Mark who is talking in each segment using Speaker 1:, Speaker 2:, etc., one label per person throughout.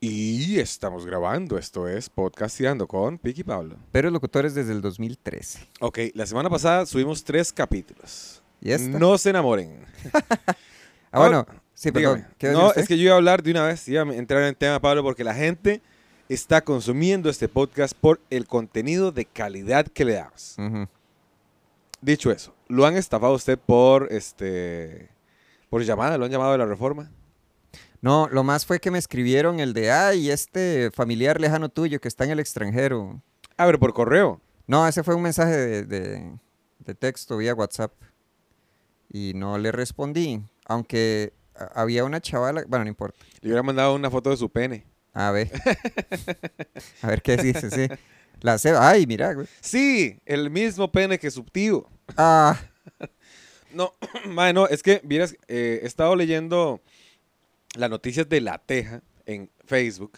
Speaker 1: Sí, estamos grabando. Esto es Podcasteando con Piki Pablo.
Speaker 2: Pero locutores desde el 2013.
Speaker 1: Ok, la semana pasada subimos tres capítulos.
Speaker 2: ¿Y esta?
Speaker 1: No se enamoren.
Speaker 2: Ah, bueno, sí, perdón.
Speaker 1: Dígame.
Speaker 2: ¿qué decía
Speaker 1: no,
Speaker 2: usted?
Speaker 1: es que yo iba a hablar de una vez, iba a entrar en el tema, Pablo, porque la gente está consumiendo este podcast por el contenido de calidad que le damos.
Speaker 2: Ujú.
Speaker 1: Dicho eso, ¿lo han estafado a usted por este por llamada? ¿Lo han llamado de la reforma?
Speaker 2: No, lo más fue que me escribieron el de, ay, este familiar lejano tuyo que está en el extranjero.
Speaker 1: A ver, por correo.
Speaker 2: No, ese fue un mensaje de, de- de texto vía WhatsApp. Y no le respondí. Aunque a- había una chavala, bueno, no importa.
Speaker 1: Le hubiera mandado una foto de su pene.
Speaker 2: A ver. a ver qué dice, sí. La ceba, ay, mira, güey.
Speaker 1: Sí, el mismo pene que su tío.
Speaker 2: Ah,
Speaker 1: No, mae, no, es que, vieras, eh, he estado leyendo las noticias de La Teja en Facebook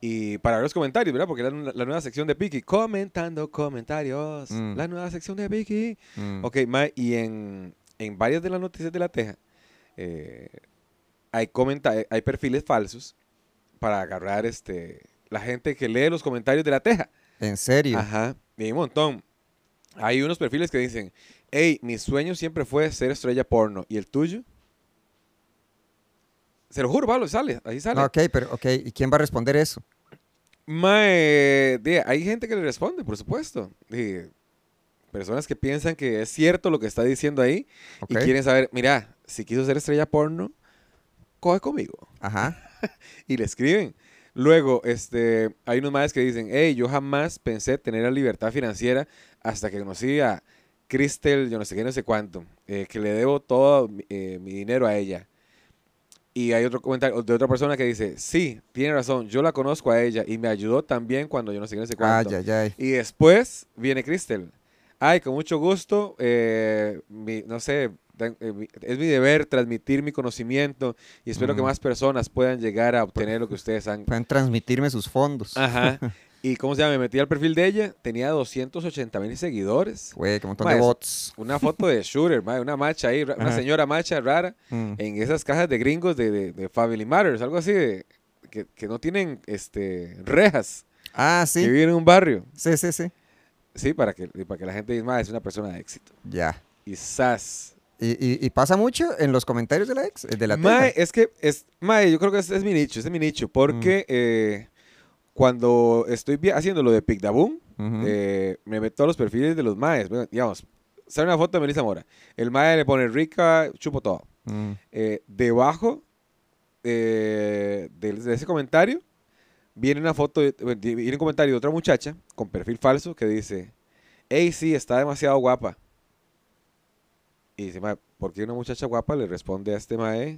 Speaker 1: y para ver los comentarios, ¿verdad? Porque era la, la nueva sección de Piki. Comentando comentarios.
Speaker 2: Mm.
Speaker 1: La nueva sección de Piki.
Speaker 2: mm,
Speaker 1: Ok, mae, y en, en varias de las noticias de La Teja eh, hay, comenta- hay perfiles falsos para agarrar este, la gente que lee los comentarios de La Teja.
Speaker 2: en serio.
Speaker 1: Ajá, y hay un montón. Hay unos perfiles que dicen, hey, mi sueño siempre fue ser estrella porno. ¿Y el tuyo? Se lo juro, Pablo, sale, ahí sale.
Speaker 2: No, ok, pero ok, ¿y quién va a responder eso?
Speaker 1: Mae, de- hay gente que le responde, por supuesto. Y personas que piensan que es cierto lo que está diciendo ahí
Speaker 2: Ok,
Speaker 1: y quieren saber, mira, si quiso ser estrella porno, coge conmigo.
Speaker 2: Ajá.
Speaker 1: y le escriben. Luego, este, hay unos madres que dicen, hey, yo jamás pensé tener la libertad financiera hasta que conocí a Cristel, yo no sé qué, no sé cuánto, eh, que le debo todo mi- eh, mi dinero a ella. Y hay otro comentario de otra persona que dice, sí, tiene razón, yo la conozco a ella y me ayudó también cuando yo no sé qué, no
Speaker 2: Ah,
Speaker 1: sé cuánto.
Speaker 2: Ay, ay, ay.
Speaker 1: Y después viene Cristel. Ay, con mucho gusto, eh, mi- no sé, tan- eh, mi- es mi deber transmitir mi conocimiento y espero que
Speaker 2: Mm.
Speaker 1: más personas puedan llegar a obtener lo que ustedes han...
Speaker 2: Pueden transmitirme sus fondos.
Speaker 1: Ajá. ¿Y cómo se llama? Me metí al perfil de ella, tenía 280 mil seguidores.
Speaker 2: Güey, qué montón
Speaker 1: Ma,
Speaker 2: de
Speaker 1: es-
Speaker 2: bots.
Speaker 1: Una foto de Shooter, mae, una macha ahí, ra- una
Speaker 2: Ajá.
Speaker 1: señora macha rara
Speaker 2: Mm.
Speaker 1: en esas cajas de gringos de, de- de Family Matters, algo así, de- que, que no tienen este, rejas,
Speaker 2: Ah,
Speaker 1: que
Speaker 2: sí.
Speaker 1: viven en un barrio.
Speaker 2: Sí, sí, sí.
Speaker 1: Sí, para que, para que la gente diga, "Ma, es una persona de éxito.
Speaker 2: Ya.
Speaker 1: y sas.
Speaker 2: Y, y- y pasa mucho en los comentarios de la ex, eh, de la
Speaker 1: Mae,
Speaker 2: tele.
Speaker 1: es que, es, mae, yo creo que este es mi nicho, este es mi nicho, porque
Speaker 2: Mm.
Speaker 1: eh, cuando estoy vi- haciendo lo de Pigdaboom,
Speaker 2: Ujú.
Speaker 1: eh, me meto a los perfiles de los maes, bueno, digamos, sale una foto de Melissa Mora, el mae le pone rica, chupo todo.
Speaker 2: Mm.
Speaker 1: Eh, debajo eh, del- de, ese comentario viene una foto, de- bueno, di- viene un comentario de otra muchacha con perfil falso que dice, hey, sí, está demasiado guapa. Y dice, "Mae, ¿por qué una muchacha guapa le responde a este mae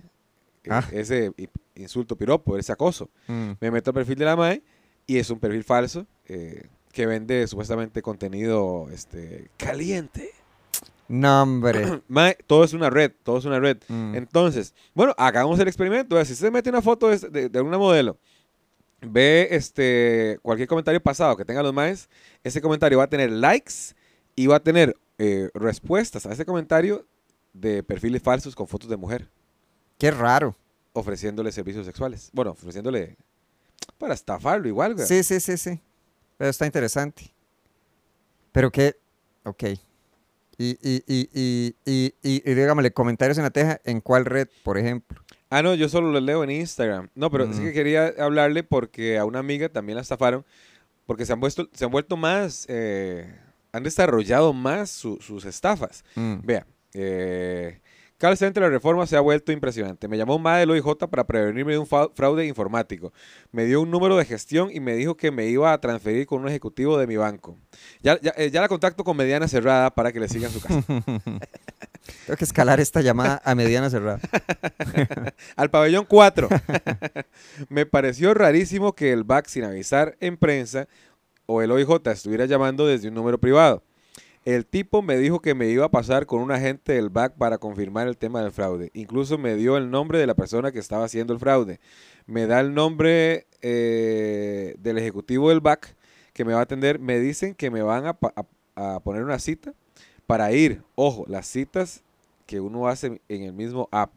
Speaker 1: eh,
Speaker 2: Ah.
Speaker 1: ese i- insulto piropo, ese acoso?
Speaker 2: Mm.
Speaker 1: Me meto al perfil de la mae y es un perfil falso eh, que vende supuestamente contenido este, caliente.
Speaker 2: No, hombre.
Speaker 1: Mae, todo es una red, todo es una red.
Speaker 2: Mm.
Speaker 1: Entonces, bueno, hagamos el experimento. Si se mete una foto de, este, de, de una modelo, ve este cualquier comentario pasado que tenga los maes, ese comentario va a tener likes y va a tener eh, respuestas a ese comentario de perfiles falsos con fotos de mujer
Speaker 2: Qué raro.
Speaker 1: ofreciéndole servicios sexuales. Bueno, ofreciéndole para estafarlo igual, güey.
Speaker 2: Sí, sí, sí, sí. Pero está interesante. Pero qué. Ok. Y, y, y, y, y, y, y dígamele, comentarios en la teja, ¿en cuál red, por ejemplo?
Speaker 1: Ah, no, yo solo lo leo en Instagram. No, pero sí
Speaker 2: Mm.
Speaker 1: que quería hablarle porque a una amiga también la estafaron, porque se han, puesto, se han vuelto más, eh, han desarrollado más su- sus estafas.
Speaker 2: Mm.
Speaker 1: Vea, eh, Call Center La Reforma se ha vuelto impresionante. Me llamó madre del OIJ para prevenirme de un fa- fraude informático. Me dio un número de gestión y me dijo que me iba a transferir con un ejecutivo de mi banco. Ya, ya, eh, ya la contacto con Mediana Cerrada para que le sigan su casa.
Speaker 2: Tengo que escalar esta llamada a mediana cerrada.
Speaker 1: Al pabellón 4. Me pareció rarísimo que el BAC sin avisar en prensa o el OIJ estuviera llamando desde un número privado. El tipo me dijo que me iba a pasar con un agente del BAC para confirmar el tema del fraude. Incluso me dio el nombre de la persona que estaba haciendo el fraude. Me da el nombre eh, del ejecutivo del BAC que me va a atender. Me dicen que me van a, pa- a- a poner una cita para ir. Ojo, las citas que uno hace en el mismo app.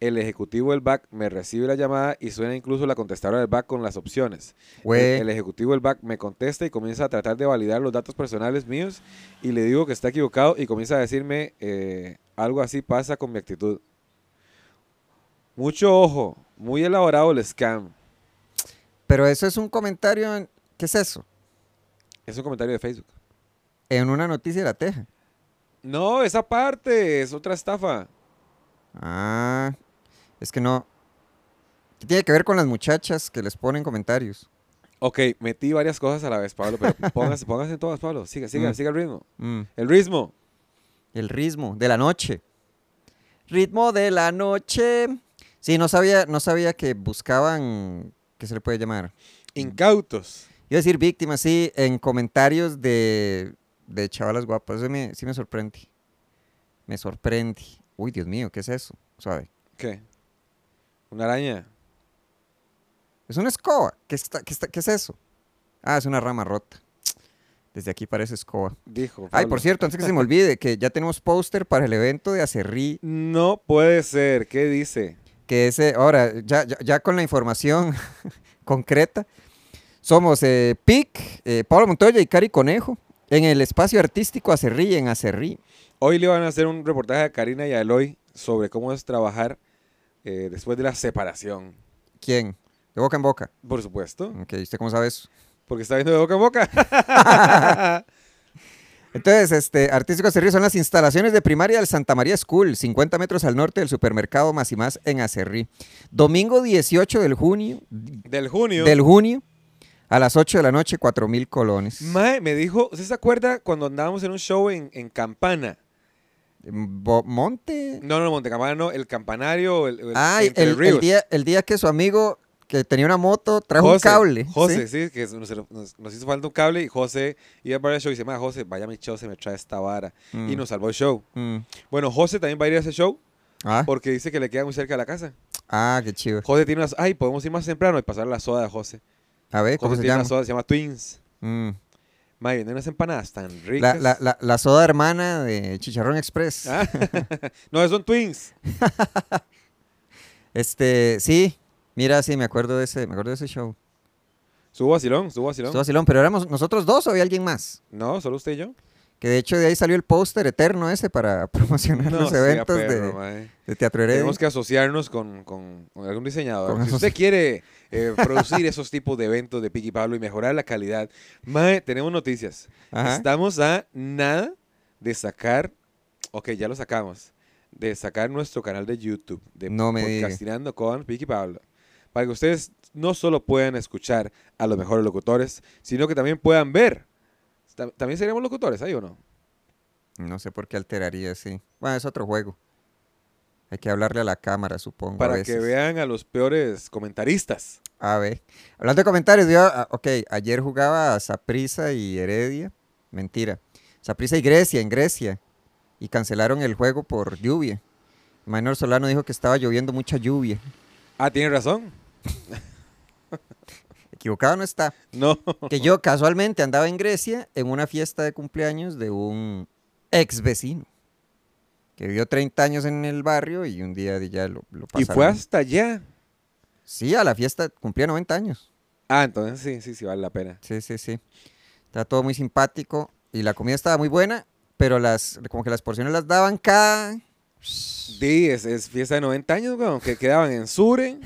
Speaker 1: El ejecutivo del BAC me recibe la llamada y suena incluso la contestadora del BAC con las opciones.
Speaker 2: Güey,
Speaker 1: El, el ejecutivo del BAC me contesta y comienza a tratar de validar los datos personales míos y le digo que está equivocado y comienza a decirme eh, algo así pasa con mi actitud. Mucho ojo, muy elaborado el scam.
Speaker 2: pero eso es un comentario. en- ¿Qué es eso?
Speaker 1: Es un comentario de Facebook.
Speaker 2: En una noticia de la Teja.
Speaker 1: No, esa parte es otra estafa.
Speaker 2: Ah, es que no. ¿Qué tiene que ver con las muchachas que les ponen comentarios?
Speaker 1: Ok, metí varias cosas a la vez, Pablo, pero póngase, póngase en todas, Pablo. Siga, siga,
Speaker 2: Mm.
Speaker 1: siga el ritmo.
Speaker 2: Mm,
Speaker 1: El ritmo.
Speaker 2: el ritmo de la noche. Ritmo de la noche. Sí, no sabía, no sabía que buscaban. ¿Qué se le puede llamar?
Speaker 1: Incautos.
Speaker 2: Iba a decir víctimas, sí, en comentarios de, de chavalas guapas. Eso me- sí me sorprende. Me sorprende. Uy, Dios mío, ¿qué es eso? Suave.
Speaker 1: ¿Qué? Una araña.
Speaker 2: Es una escoba. ¿Qué, está- qué está- qué es eso? Ah, es una rama rota. Desde aquí parece escoba.
Speaker 1: Dijo.
Speaker 2: Ay,
Speaker 1: Pablo.
Speaker 2: por cierto, antes que se me olvide, que ya tenemos póster para el evento de Acerrí,
Speaker 1: No puede ser. ¿Qué dice?
Speaker 2: que ese, ahora, ya, ya, ya con la información concreta, somos eh, Pic, eh, Pablo Montoya y Cari Conejo, en el espacio artístico Acerrí, en Acerrí.
Speaker 1: Hoy le van a hacer un reportaje a Karina y a Eloy sobre cómo es trabajar eh, después de la separación.
Speaker 2: ¿Quién? De boca en boca.
Speaker 1: Por supuesto,
Speaker 2: Ok, ¿usted cómo sabe eso?
Speaker 1: porque está viendo de boca en boca.
Speaker 2: Entonces, este, Artístico Acerrí son las instalaciones de primaria del Santa María School, 50 metros al norte del supermercado Más y Más en Acerrí. Domingo 18 del junio,
Speaker 1: Del junio.
Speaker 2: del junio, a las 8 de la noche, 4 mil colones.
Speaker 1: Mae, me dijo, ¿usted se acuerda cuando andábamos en un show en, en Campana?
Speaker 2: Bo- Monte.
Speaker 1: No, no, Montecampana no, el Campanario, el, el,
Speaker 2: Ah, el,
Speaker 1: Entre
Speaker 2: el
Speaker 1: Ríos.
Speaker 2: día, el día que su amigo que tenía una moto trajo un
Speaker 1: José,
Speaker 2: cable.
Speaker 1: José,
Speaker 2: ¿sí?
Speaker 1: sí, que nos, nos- nos hizo falta un cable y José iba para el show y dice, "Ma, José, vaya mi show, se me trae esta vara. Y
Speaker 2: Mm,
Speaker 1: nos salvó el show.
Speaker 2: mm.
Speaker 1: Bueno, José también va a ir a ese show
Speaker 2: Ah,
Speaker 1: porque dice que le queda muy cerca de la casa.
Speaker 2: ah, qué chido.
Speaker 1: José tiene unas. Ay, podemos ir más temprano y pasar la soda de José.
Speaker 2: A ver, Eh, ¿cómo
Speaker 1: José
Speaker 2: se
Speaker 1: tiene
Speaker 2: llama?
Speaker 1: una soda, se llama Twins.
Speaker 2: Mm.
Speaker 1: Mae, venden unas empanadas tan
Speaker 2: La,
Speaker 1: ricas.
Speaker 2: la- la- la soda hermana de Chicharrón Express.
Speaker 1: Ah, no, son Twins.
Speaker 2: Este, sí. Mira, sí, me acuerdo de ese, me acuerdo de ese show.
Speaker 1: Subo vacilón, subo vacilón.
Speaker 2: Estuvo vacilón, pero éramos nosotros dos o había alguien más.
Speaker 1: No, solo usted y yo.
Speaker 2: Que de hecho de ahí salió el póster eterno ese para promocionar los
Speaker 1: sea
Speaker 2: eventos
Speaker 1: perro,
Speaker 2: de,
Speaker 1: mae.
Speaker 2: de Teatro Heredia.
Speaker 1: Tenemos que asociarnos con, con- con algún diseñador.
Speaker 2: Con
Speaker 1: si usted quiere eh, producir esos tipos de eventos de Piqui Pablo y mejorar la calidad, mae, tenemos noticias.
Speaker 2: Ajá.
Speaker 1: Estamos a nada de sacar, ok, ya lo sacamos, de sacar nuestro canal de YouTube de
Speaker 2: No me diga.
Speaker 1: Podcastinando con Piqui Pablo. Para que ustedes no solo puedan escuchar a los mejores locutores, sino que también puedan ver. Ta- También seríamos locutores, ¿ahí o no?
Speaker 2: No sé por qué alteraría, sí. Bueno, es otro juego. Hay que hablarle a la cámara, supongo. a
Speaker 1: Para que
Speaker 2: veces.
Speaker 1: vean a los peores comentaristas.
Speaker 2: A ver. Hablando de comentarios, yo, ah, ok, ayer jugaba a Saprisa y Heredia. Mentira. Saprisa y Grecia, en Grecia. Y cancelaron el juego por lluvia. Manuel Solano dijo que estaba lloviendo mucha lluvia.
Speaker 1: Ah, tiene razón.
Speaker 2: Equivocado no está.
Speaker 1: No.
Speaker 2: Que yo casualmente andaba en Grecia en una fiesta de cumpleaños de un ex vecino. Que vivió 30 años en el barrio y un día de ya lo, lo
Speaker 1: Y
Speaker 2: pasaron.
Speaker 1: fue hasta allá.
Speaker 2: Sí, a la fiesta cumplía 90 años.
Speaker 1: Ah, entonces sí, sí, sí, vale la pena.
Speaker 2: Sí, sí, sí. Estaba todo muy simpático y la comida estaba muy buena, pero las como que las porciones las daban cada
Speaker 1: Sí, es, es fiesta de 90 años, weón, que quedaban en Sure,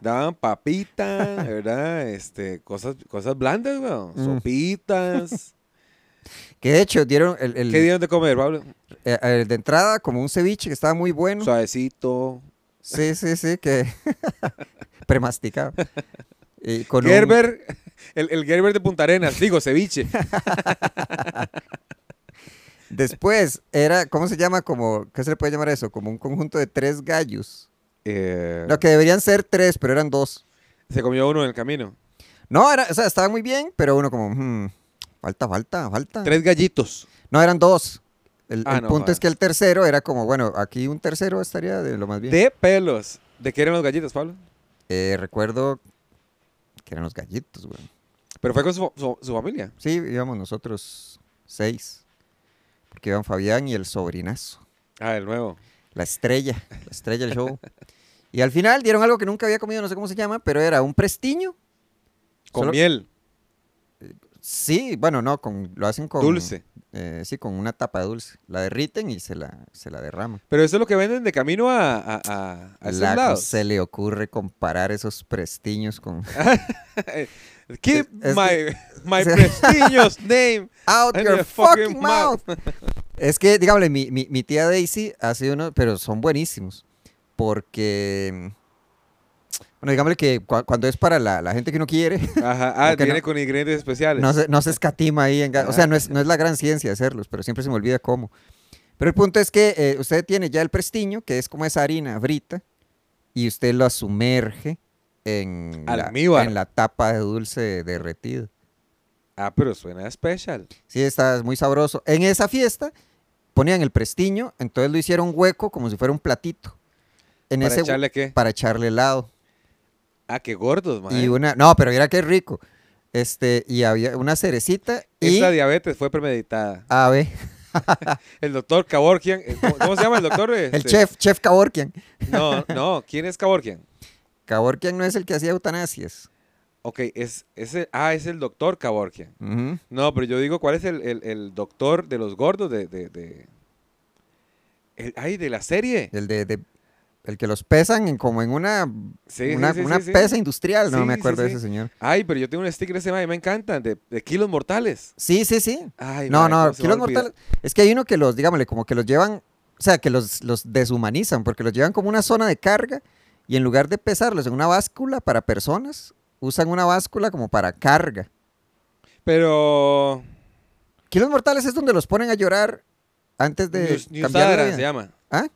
Speaker 1: daban papita, ¿verdad? Este, cosas, cosas blandas, weón,
Speaker 2: Mm.
Speaker 1: sopitas.
Speaker 2: que de hecho dieron el, el-
Speaker 1: ¿Qué dieron de comer, Pablo?
Speaker 2: eh, el de entrada como un ceviche que estaba muy bueno.
Speaker 1: Suavecito.
Speaker 2: Sí, sí, sí, que premasticado. Y con un-
Speaker 1: Gerber, el, el Gerber de Punta Arenas, digo, ceviche.
Speaker 2: Después era, ¿cómo se llama? Como, ¿qué se le puede llamar eso? Como un conjunto de tres gallos.
Speaker 1: Eh,
Speaker 2: No, que deberían ser tres, pero eran dos.
Speaker 1: Se comió uno en el camino.
Speaker 2: No, era, o sea, estaba muy bien, pero uno como, hmm, falta, falta, falta.
Speaker 1: Tres gallitos.
Speaker 2: No, eran dos. El,
Speaker 1: Ah,
Speaker 2: el
Speaker 1: no,
Speaker 2: punto
Speaker 1: joder.
Speaker 2: es que el tercero era como, bueno, aquí un tercero estaría de lo más bien.
Speaker 1: De pelos. ¿De qué eran los gallitos, Pablo?
Speaker 2: Eh, recuerdo que eran los gallitos, güey.
Speaker 1: Pero fue con su, su- su familia.
Speaker 2: Sí, íbamos nosotros seis. Porque iban Fabián y el sobrinazo.
Speaker 1: Ah, el nuevo.
Speaker 2: La estrella, la estrella del show. Y al final dieron algo que nunca había comido, no sé cómo se llama, pero era un prestiño.
Speaker 1: Con
Speaker 2: Solo-
Speaker 1: miel,
Speaker 2: Sí, bueno, no, con, lo hacen con...
Speaker 1: dulce.
Speaker 2: eh, sí, con una tapa dulce. La derriten y se la, se la derraman.
Speaker 1: Pero eso es lo que venden de camino a, a, a, a esos
Speaker 2: Laco,
Speaker 1: lados.
Speaker 2: se le ocurre comparar esos prestiños con...
Speaker 1: Keep
Speaker 2: Es que-
Speaker 1: my, my
Speaker 2: Sí.
Speaker 1: prestigious name.
Speaker 2: out
Speaker 1: In
Speaker 2: your
Speaker 1: your
Speaker 2: fucking,
Speaker 1: fucking
Speaker 2: mouth. es que, dígame, mi, mi, mi tía Daisy hace uno, pero son buenísimos. Porque, mm, bueno, digámosle que cua- cuando es para la, la gente que uno quiere,
Speaker 1: Ajá, ah,
Speaker 2: Porque no-
Speaker 1: viene con ingredientes especiales.
Speaker 2: no se, no se escatima ahí. en ga- o sea,
Speaker 1: Ajá.
Speaker 2: no es, no es la gran ciencia hacerlos, pero siempre se me olvida cómo. Pero el punto es que eh, usted tiene ya el prestiño, que es como esa harina frita, y usted lo sumerge en la,
Speaker 1: Almíbar.
Speaker 2: en la tapa de dulce derretido.
Speaker 1: Ah, pero suena especial.
Speaker 2: Sí, está muy sabroso. En esa fiesta ponían el prestiño, entonces lo hicieron hueco como si fuera un platito. En
Speaker 1: ¿Para
Speaker 2: ese hu-
Speaker 1: echarle qué?
Speaker 2: para echarle helado.
Speaker 1: Ah, qué gordos, man.
Speaker 2: Y una, no, pero mira qué rico. Este, y había una cerecita y
Speaker 1: Esta diabetes fue premeditada.
Speaker 2: ave.
Speaker 1: El doctor Kaborkian. eh, ¿Cómo, cómo se llama el doctor?
Speaker 2: El
Speaker 1: Este,
Speaker 2: chef, chef Caborquian.
Speaker 1: No, no. ¿Quién es Kaborkian?
Speaker 2: Caborquian no es el que hacía eutanasias.
Speaker 1: Ok, es, es el, ah, es el doctor Kaborkian.
Speaker 2: Ujú.
Speaker 1: No, pero yo digo, ¿cuál es el, el- el doctor de los gordos de... de, de- El, ay, de la serie.
Speaker 2: El de, de- el que los pesan en- como en una
Speaker 1: Sí, sí,
Speaker 2: una,
Speaker 1: sí,
Speaker 2: una
Speaker 1: sí, sí.
Speaker 2: pesa industrial, no
Speaker 1: Sí,
Speaker 2: me
Speaker 1: sí,
Speaker 2: acuerdo de
Speaker 1: sí.
Speaker 2: ese señor.
Speaker 1: Ay, pero yo tengo un sticker ese, mae, me encantan, de, de kilos mortales.
Speaker 2: Sí, sí, sí.
Speaker 1: Ay,
Speaker 2: No,
Speaker 1: mae,
Speaker 2: no,
Speaker 1: ¿cómo se me
Speaker 2: kilos
Speaker 1: va a olvidar?
Speaker 2: mortales. Es que hay uno que los, digámosle, como que los llevan, o sea, que los, los deshumanizan, porque los llevan como una zona de carga y en lugar de pesarlos en una báscula para personas, usan una báscula como para carga.
Speaker 1: Pero...
Speaker 2: Kilos mortales es donde los ponen a llorar antes de
Speaker 1: News-
Speaker 2: cambiar
Speaker 1: Newsaradan se llama.
Speaker 2: ¿Ah?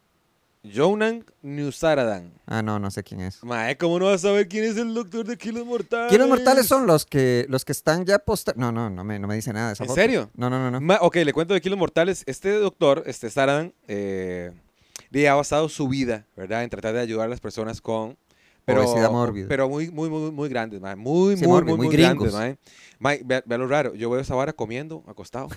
Speaker 1: Jonan Newsaradan.
Speaker 2: Ah, no, no sé quién es.
Speaker 1: Mae, ¿cómo no vas a saber quién es el doctor de kilos mortales?
Speaker 2: Kilos mortales son los que los que están ya posta... No, no, no me, no me dice nada esa
Speaker 1: ¿En
Speaker 2: foto.
Speaker 1: serio?
Speaker 2: No, no, no, no.
Speaker 1: Ma- ok, le cuento de Kilos Mortales. Este doctor, este Saradan, eh, le ha basado su vida, ¿verdad? En tratar de ayudar a las personas con... Pero,
Speaker 2: Obesidad mórbida.
Speaker 1: pero muy, muy, muy, muy grandes, mae. Muy,
Speaker 2: Sí,
Speaker 1: muy,
Speaker 2: mórbida,
Speaker 1: muy, muy
Speaker 2: muy
Speaker 1: grandes,
Speaker 2: gringos.
Speaker 1: mae. Mae, vea, vea lo raro. Yo veo esa vara comiendo, acostado.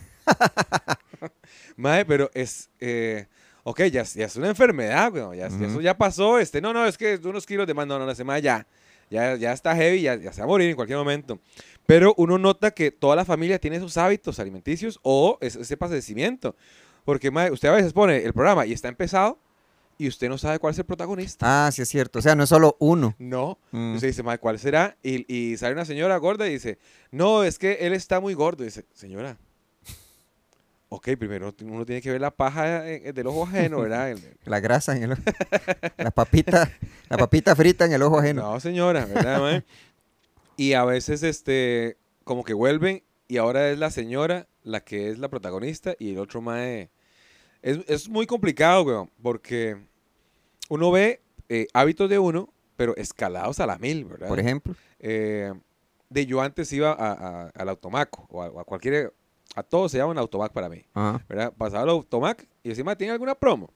Speaker 1: mae, pero es... eh, ok, ya, es- ya es una enfermedad, weón. Ya, es-
Speaker 2: Ujú.
Speaker 1: Eso ya pasó. Este, no, no, es que unos kilos de más. No, no, no, se mae ya. Ya, ya está heavy, ya, ya se va a morir en cualquier momento. Pero uno nota que toda la familia tiene sus hábitos alimenticios o es- ese padecimiento. Porque mae, usted a veces pone el programa y está empezado y usted no sabe cuál es el protagonista.
Speaker 2: Ah, sí es cierto. O sea, no es solo uno.
Speaker 1: No.
Speaker 2: Mm.
Speaker 1: Usted dice, mae, ¿cuál será? Y, y sale una señora gorda y dice, no, es que él está muy gordo. Y dice, señora. Ok, primero uno tiene que ver la paja eh, del ojo ajeno, ¿verdad? El-
Speaker 2: La grasa en el ojo. la papita, la papita frita en el ojo ajeno.
Speaker 1: No, señora, ¿verdad, mae? Y a veces, este, como que vuelven y ahora es la señora la que es la protagonista y el otro mae. Es, es muy complicado, weón, porque uno ve eh, hábitos de uno, pero escalados a la mil, ¿verdad?
Speaker 2: Por ejemplo.
Speaker 1: Eh, de yo antes iba a- a- al automaco o a, a cualquier. A todos se llaman automac para mí.
Speaker 2: Ajá.
Speaker 1: ¿verdad? Pasaba al Automac y encima ¿tiene alguna promo?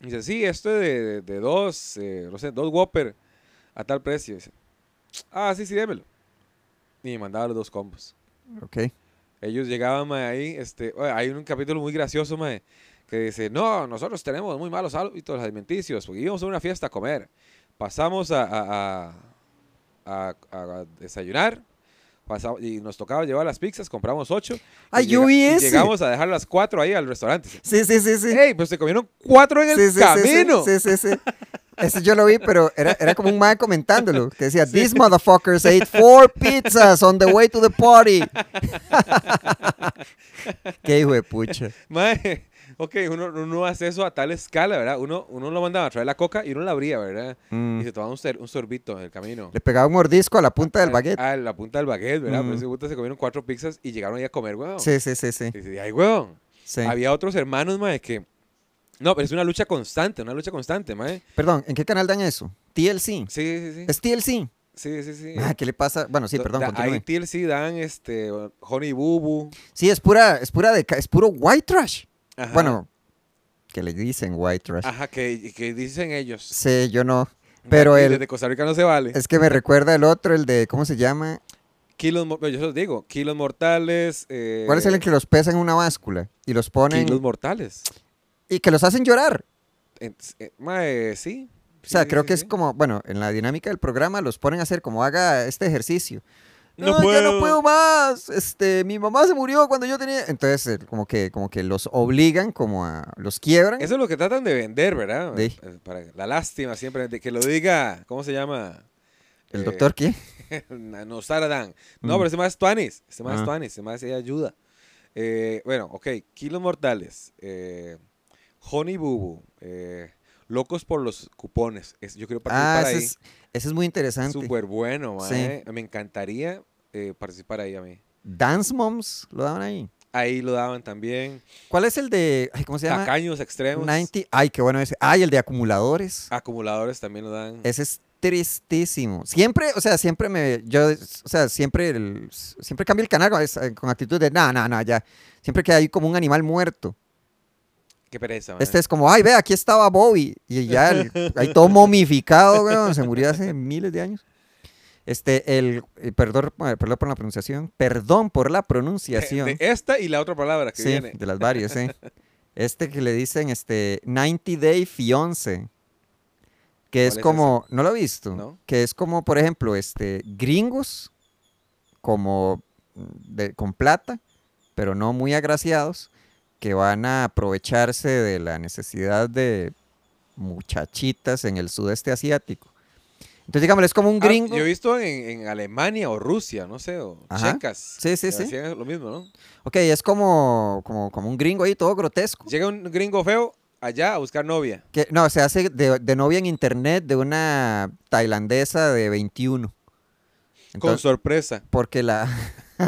Speaker 1: Y dice, sí, esto de, de- de dos, eh, no sé, dos Whopper a tal precio. Dice, ah, sí, sí, démelo. Y me mandaba los dos combos.
Speaker 2: Ok.
Speaker 1: Ellos llegaban mae, ahí, este, oye, hay un capítulo muy gracioso, mae, que dice, no, nosotros tenemos muy malos hábitos alimenticios, porque íbamos a una fiesta a comer, pasamos a, a- a- a- a- a desayunar, pasaba- y nos tocaba llevar las pizzas, compramos ocho. y
Speaker 2: Ay, yo
Speaker 1: llega-
Speaker 2: vi
Speaker 1: y
Speaker 2: ese.
Speaker 1: Llegamos a dejar las cuatro ahí al restaurante. Dice,
Speaker 2: Sí, sí, sí, sí.
Speaker 1: ¡Ey, pero se comieron cuatro en el
Speaker 2: Sí, sí, sí, sí,
Speaker 1: camino!
Speaker 2: Sí, sí, sí. Eso yo lo vi, pero era, era como un man comentándolo, que decía, these motherfuckers ate four pizzas on the way to the party. Qué hijo de pucha.
Speaker 1: Mae, ok, uno, uno hace eso a tal escala, ¿verdad? Uno, uno lo mandaba a traer la coca y uno la abría, ¿verdad?
Speaker 2: Mm.
Speaker 1: Y se tomaba un, sor- un sorbito en el camino.
Speaker 2: Le pegaba un mordisco a la punta del
Speaker 1: Al-
Speaker 2: baguette.
Speaker 1: A Ah, la punta del baguette, ¿verdad?
Speaker 2: Mm.
Speaker 1: Pero ese puta se comieron cuatro pizzas y llegaron ahí a comer, weón.
Speaker 2: Sí, sí, sí, sí.
Speaker 1: Y dice, ay, weón.
Speaker 2: sí.
Speaker 1: Oh. Había otros hermanos, mae, que... No, pero es una lucha constante, una lucha constante, mae.
Speaker 2: Perdón, ¿en qué canal dan eso? TLC.
Speaker 1: Sí, sí, sí.
Speaker 2: ¿Es TLC?
Speaker 1: Sí, sí, sí.
Speaker 2: Ah, ¿Qué le pasa? Bueno, sí,
Speaker 1: Da-
Speaker 2: perdón,
Speaker 1: da- Ahí
Speaker 2: continúe.
Speaker 1: TLC dan, este, Honey Boo Boo.
Speaker 2: Sí, es pura, es pura, deca- es puro white trash.
Speaker 1: Ajá. Ah.
Speaker 2: Bueno, que le dicen white trash.
Speaker 1: Ajá, que, que dicen ellos.
Speaker 2: Sí, yo no. Pero
Speaker 1: Y
Speaker 2: el,
Speaker 1: Desde Costa Rica no se vale.
Speaker 2: es que me recuerda el otro, el de, ¿cómo se llama?
Speaker 1: Kilos, mor- yo se los digo, kilos mortales. eh,
Speaker 2: ¿Cuál es el que los pesa en una báscula y los ponen
Speaker 1: Kilos mortales.
Speaker 2: y que los hacen llorar?
Speaker 1: en- eh, mae, sí.
Speaker 2: O sea,
Speaker 1: sí,
Speaker 2: creo
Speaker 1: sí,
Speaker 2: que
Speaker 1: sí.
Speaker 2: es como, bueno, en la dinámica del programa los ponen a hacer como haga este ejercicio.
Speaker 1: No
Speaker 2: No,
Speaker 1: puedo.
Speaker 2: yo no puedo más. Este, mi mamá se murió cuando yo tenía. Entonces, eh, como que, como que los obligan, como a los quiebran.
Speaker 1: Eso es lo que tratan de vender, ¿verdad?
Speaker 2: Sí.
Speaker 1: Eh, Para la lástima siempre, de que lo diga, ¿cómo se llama?
Speaker 2: el
Speaker 1: eh,
Speaker 2: doctor qué?
Speaker 1: no Saradán. No,
Speaker 2: Mm.
Speaker 1: pero ese más es Tuanis. Ese más es
Speaker 2: Ah.
Speaker 1: Tuanis. Ese más ella ayuda. Eh, bueno, ok. Kilos Mortales. Eh, Honey Bubu. eh, Locos por los cupones. Es- yo quiero
Speaker 2: Ah,
Speaker 1: participar
Speaker 2: ese
Speaker 1: ahí.
Speaker 2: es, ese es muy interesante.
Speaker 1: Súper bueno, ma,
Speaker 2: Sí.
Speaker 1: eh. Me encantaría eh, participar ahí a mí.
Speaker 2: Dance Moms, lo daban ahí.
Speaker 1: Ahí lo daban también.
Speaker 2: ¿Cuál es el de. Ay, ¿Cómo se llama?
Speaker 1: Tacaños extremos.
Speaker 2: 90. Ay, qué bueno ese. Ay, el de acumuladores.
Speaker 1: Acumuladores también lo dan.
Speaker 2: Ese es tristísimo. Siempre, o sea, siempre me, yo, o sea, siempre, el- siempre cambio el canal con, esa- con actitud de, no, no, no, ya. Siempre que hay como un animal muerto.
Speaker 1: Qué pereza, ma. eh.
Speaker 2: Este es como, ay, ve, aquí estaba Bobby. Y ya, el- ahí todo momificado, weón, se murió hace miles de años. Este, el, eh, perdón, eh, perdón por la pronunciación, perdón por la
Speaker 1: Eh,
Speaker 2: pronunciación.
Speaker 1: de esta y la otra palabra que
Speaker 2: sí,
Speaker 1: viene.
Speaker 2: de las varias, sí. Este que le dicen, este, 90 Day Fiance, que es
Speaker 1: ¿Cuál es
Speaker 2: como, ¿no lo he visto?
Speaker 1: No.
Speaker 2: Que es como, por ejemplo, este, gringos, como mm, de- con plata, pero no muy agraciados, que van a aprovecharse de la necesidad de muchachitas en el sudeste asiático. Entonces, digamos, es como un
Speaker 1: Ah,
Speaker 2: gringo.
Speaker 1: yo he visto en, en Alemania o Rusia, no sé, o
Speaker 2: Ajá.
Speaker 1: checas.
Speaker 2: Sí, sí,
Speaker 1: que
Speaker 2: sí.
Speaker 1: Hacían lo mismo, ¿no?
Speaker 2: Ok, es como, como, como un gringo ahí todo grotesco.
Speaker 1: Llega un gringo feo allá a buscar novia.
Speaker 2: Que, no, se hace de, de novia en internet de una tailandesa de 21.
Speaker 1: con
Speaker 2: Entonces,
Speaker 1: sorpresa.
Speaker 2: porque la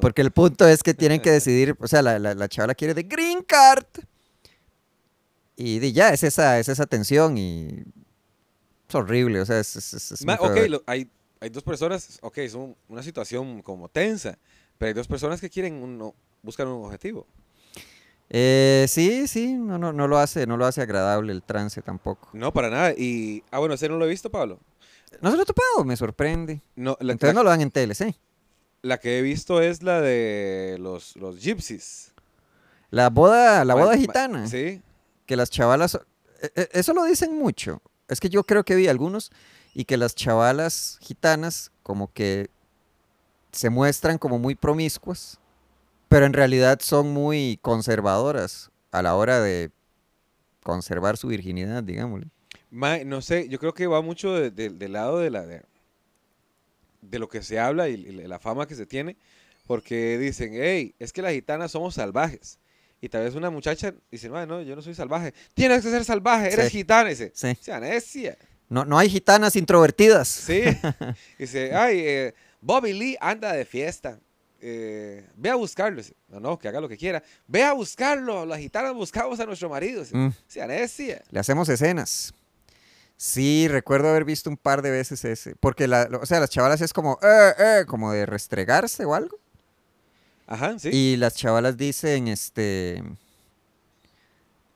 Speaker 2: porque el punto es que tienen que decidir, o sea, la, la, la chavala quiere de green card. Y, di, ya, es esa, es esa tensión y es horrible, o sea, es, es- es- es muy
Speaker 1: Ma-
Speaker 2: feo
Speaker 1: ok,
Speaker 2: ver.
Speaker 1: lo- hay, hay dos personas, ok, es un- una situación como tensa, pero hay dos personas que quieren uno, buscan un objetivo.
Speaker 2: Eh, sí, sí, no, no, no lo hace, no lo hace agradable el trance tampoco.
Speaker 1: No, para nada. Y, ah, bueno, ese no lo he visto, Pablo.
Speaker 2: No se lo he topado, me sorprende.
Speaker 1: No, la,
Speaker 2: Entonces
Speaker 1: la-
Speaker 2: no lo dan en TLC.
Speaker 1: la que he visto es la de los, los gypsies.
Speaker 2: La boda, la
Speaker 1: Ma-
Speaker 2: boda
Speaker 1: ma-
Speaker 2: gitana.
Speaker 1: Sí.
Speaker 2: que las chavalas, e- e- eso lo dicen mucho, es que yo creo que vi algunos, y que las chavalas gitanas como que se muestran como muy promiscuas, pero en realidad son muy conservadoras a la hora de conservar su virginidad, digámosle.
Speaker 1: Ma- no sé, yo creo que va mucho de- de- del lado de la de, de lo que se habla y, y la fama que se tiene, porque dicen, hey, es que las gitanas somos salvajes. Y tal vez una muchacha dice, "Ma, no, yo no soy salvaje. Tienes que ser salvaje, eres
Speaker 2: Sí.
Speaker 1: gitana. Y dice,
Speaker 2: Sí.
Speaker 1: sea necia.
Speaker 2: No, no hay gitanas introvertidas.
Speaker 1: Sí. Y dice, ay, eh, Bobby Lee anda de fiesta. Eh, ve a buscarlo. Dice, no, no, que haga lo que quiera. Ve a buscarlo. Las gitanas buscamos a nuestro marido. Dice,
Speaker 2: Mm.
Speaker 1: sea necia.
Speaker 2: Le hacemos escenas. Sí, recuerdo haber visto un par de veces ese. Porque, la, o sea, las chavalas es como, eh, eh, como de restregarse o algo.
Speaker 1: Ajá, sí.
Speaker 2: Y las chavalas dicen, este,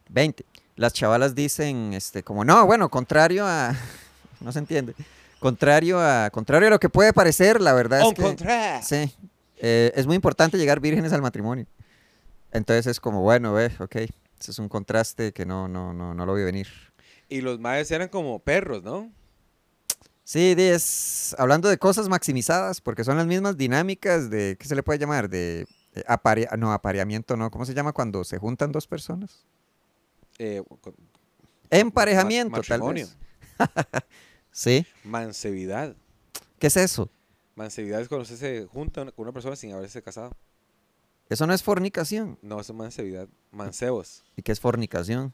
Speaker 2: 20. Las chavalas dicen, este, como, no, bueno, contrario a, no se entiende, contrario a, contrario a lo que puede parecer, la verdad
Speaker 1: On
Speaker 2: es que,
Speaker 1: contrast.
Speaker 2: sí, eh, es muy importante llegar vírgenes al matrimonio. Entonces es como, bueno, ve, ok, ese es un contraste que no, no, no, no lo vi venir.
Speaker 1: Y los maes eran como perros, ¿no?
Speaker 2: Sí, di, es hablando de cosas maximizadas, porque son las mismas dinámicas de, ¿qué se le puede llamar? De eh, aparea- no, apareamiento no, ¿cómo se llama cuando se juntan dos personas?
Speaker 1: Eh, con-
Speaker 2: Emparejamiento,
Speaker 1: ma-
Speaker 2: tal
Speaker 1: matrimonio.
Speaker 2: vez. Sí,
Speaker 1: Mansevidad.
Speaker 2: ¿qué es eso?
Speaker 1: Mansevidad es cuando usted se junta una- con una persona sin haberse casado.
Speaker 2: Eso no es fornicación.
Speaker 1: No, eso es mansevidad. Mancebos.
Speaker 2: ¿Y qué es fornicación?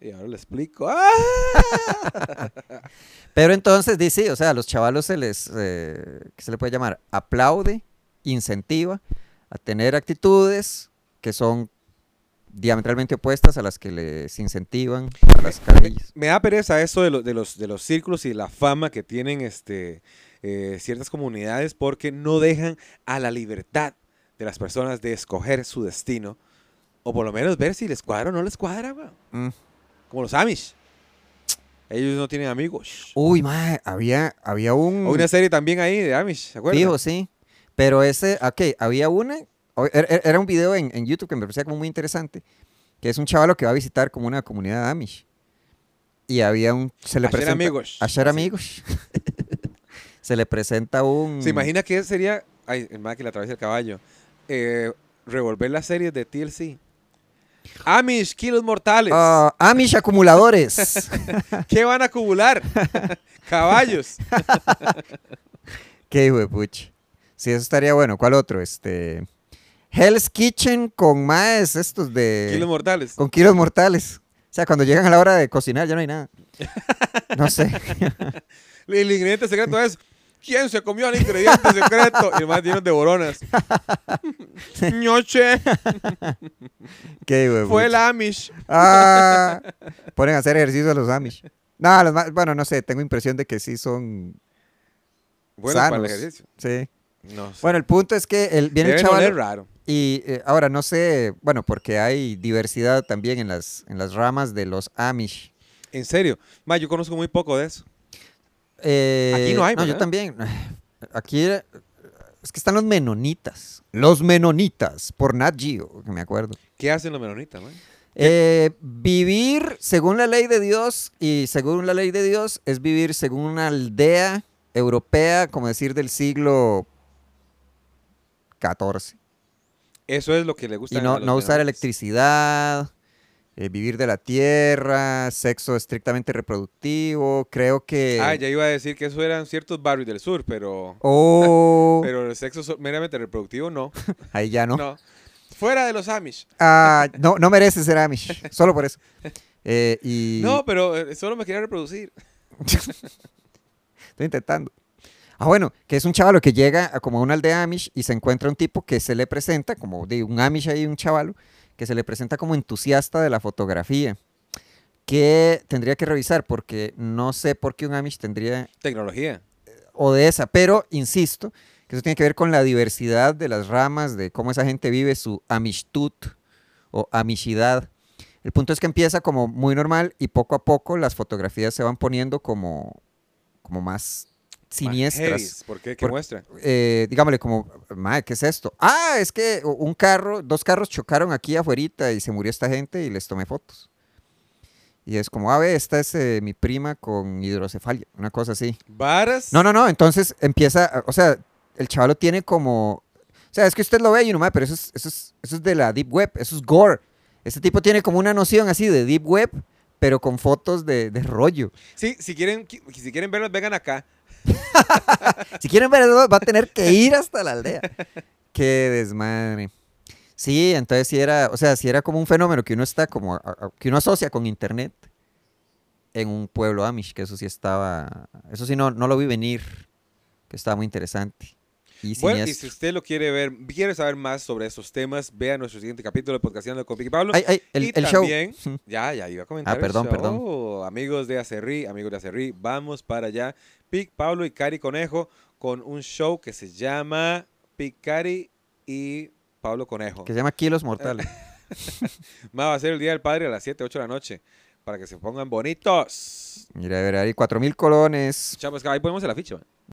Speaker 1: Y ahora le explico. ¡Ah!
Speaker 2: Pero entonces, di, sí, o sea, a los chavalos se les, eh, ¿qué se le puede llamar? Aplaude, incentiva a tener actitudes que son diametralmente opuestas a las que les incentivan a las carajillas.
Speaker 1: Me da pereza eso de, lo- de los, de los círculos y la fama que tienen este, eh, ciertas comunidades porque no dejan a la libertad de las personas de escoger su destino. O por lo menos ver si les cuadra o no les cuadra, weón.
Speaker 2: Mm.
Speaker 1: Como los Amish. Ellos no tienen amigos.
Speaker 2: Uy, mae, había, había un
Speaker 1: O una serie también ahí de Amish, ¿se acuerdan?
Speaker 2: fijo, sí. Pero ese, ok, había una, o- er- er- era un video en, en YouTube que me parecía como muy interesante, que es un chavalo que va a visitar como una comunidad Amish. Y había un... Se le
Speaker 1: Hacer
Speaker 2: presenta,
Speaker 1: amigos.
Speaker 2: Hacer
Speaker 1: Así.
Speaker 2: amigos. se le presenta un...
Speaker 1: ¿Se imagina que sería, ay, el más que la atraviesa el caballo, eh, revolver las series de TLC? Amish, kilos mortales,
Speaker 2: Ah, Amish acumuladores.
Speaker 1: ¿qué van a acumular? Caballos.
Speaker 2: Qué hijo de pucha. Sí, eso estaría bueno. ¿Cuál otro? Este... Hell's Kitchen con más estos de...
Speaker 1: Kilos mortales.
Speaker 2: Con kilos mortales. O sea, cuando llegan a la hora de cocinar ya no hay nada. No sé.
Speaker 1: El ingrediente secreto es ¿Quién se comió el ingrediente secreto? Y el más lleno de boronas. Ñoche,
Speaker 2: Qué hijo de
Speaker 1: fue
Speaker 2: pucha.
Speaker 1: el Amish.
Speaker 2: Ah, ponen a hacer ejercicio a los Amish. No, los ma- bueno, no sé, tengo impresión de que sí son
Speaker 1: Bueno, para el
Speaker 2: sanos.
Speaker 1: ejercicio.
Speaker 2: Sí.
Speaker 1: No sé.
Speaker 2: Bueno, el punto es que el, viene el
Speaker 1: Deben
Speaker 2: chaval
Speaker 1: oler raro.
Speaker 2: y eh, ahora no sé, bueno, porque hay diversidad también en las en las ramas de los Amish.
Speaker 1: En serio. Ma, yo conozco muy poco de eso.
Speaker 2: Eh,
Speaker 1: Aquí no hay,
Speaker 2: yo
Speaker 1: ¿verdad?
Speaker 2: también. Aquí eh, es que están los menonitas. Los menonitas por Nat Geo, que me acuerdo.
Speaker 1: ¿Qué hacen los menonitas, man?
Speaker 2: Eh, vivir según la ley de Dios y según la ley de Dios es vivir según una aldea europea, como decir, del siglo XIV.
Speaker 1: Eso es lo que le gusta
Speaker 2: Y no, no usar electricidad, eh, vivir de la tierra, sexo estrictamente reproductivo, creo que...
Speaker 1: Ah, ya iba a decir que eso eran ciertos barrios del sur, pero,
Speaker 2: Oh,
Speaker 1: pero el sexo so- meramente reproductivo no.
Speaker 2: ahí ya no.
Speaker 1: no.
Speaker 2: Ah,
Speaker 1: Fuera de los Amish.
Speaker 2: No. no, merece ser Amish, solo por eso. Eh, y
Speaker 1: No, pero eh, solo me quería reproducir.
Speaker 2: Estoy intentando. Ah, bueno, que es un chavalo que llega a como a una aldea Amish y se encuentra un tipo que se le presenta, como de un Amish ahí, un chavalo, que se le presenta como entusiasta de la fotografía. Que tendría que revisar porque no sé por qué un Amish tendría
Speaker 1: Tecnología.
Speaker 2: o de esa, pero insisto, que eso tiene que ver con la diversidad de las ramas, de cómo esa gente vive su amishtud o amishidad. El punto es que empieza como muy normal y poco a poco las fotografías se van poniendo como, como más siniestras.
Speaker 1: Heavies, ¿Por qué? ¿Qué
Speaker 2: Por-
Speaker 1: muestra?
Speaker 2: Eh, digámosle como, madre, ¿qué es esto? Ah, es que u- un carro, dos carros chocaron aquí afuera y se murió esta gente y les tomé fotos. Y es como, a ver, esta es eh, mi prima con hidrocefalia, una cosa así.
Speaker 1: Varas.
Speaker 2: No, no, no. Entonces empieza, o sea, el chavalo tiene como. O sea, es que usted lo ve y no mames, pero eso es, eso, es, eso es de la Deep Web, eso es gore. Este tipo tiene como una noción así de Deep Web, pero con fotos de, de rollo.
Speaker 1: Sí, si quieren, qui- si quieren verlos, vengan acá.
Speaker 2: Si quieren ver eso, va a tener que ir hasta la aldea. Qué desmadre. Sí, entonces sí era, o sea, sí era como un fenómeno que uno está como, a- a- que uno asocia con internet en un pueblo Amish, que eso sí estaba, eso sí no, no lo vi venir, que estaba muy interesante. Y
Speaker 1: Bueno, y
Speaker 2: siniestro.
Speaker 1: si usted lo quiere ver, quiere saber más sobre esos temas, vea nuestro siguiente capítulo de Podcastando con Vicky Pablo.
Speaker 2: Ay, ay, el,
Speaker 1: y
Speaker 2: el
Speaker 1: también,
Speaker 2: show.
Speaker 1: Ya, ya iba a comentar.
Speaker 2: Ah, perdón,
Speaker 1: eso.
Speaker 2: perdón.
Speaker 1: Oh, amigos de Acerrí, amigos de Acerrí, vamos para allá. Pic, Pablo y Cari Conejo con un show que se llama Pic, Cari y Pablo Conejo.
Speaker 2: Que se llama Kilos Mortales.
Speaker 1: Más va a ser el Día del Padre a las 7, 8 de la noche para que se pongan bonitos.
Speaker 2: Mira, a ver, hay 4.000 colones.
Speaker 1: Chavos, ahí ponemos el afiche, man.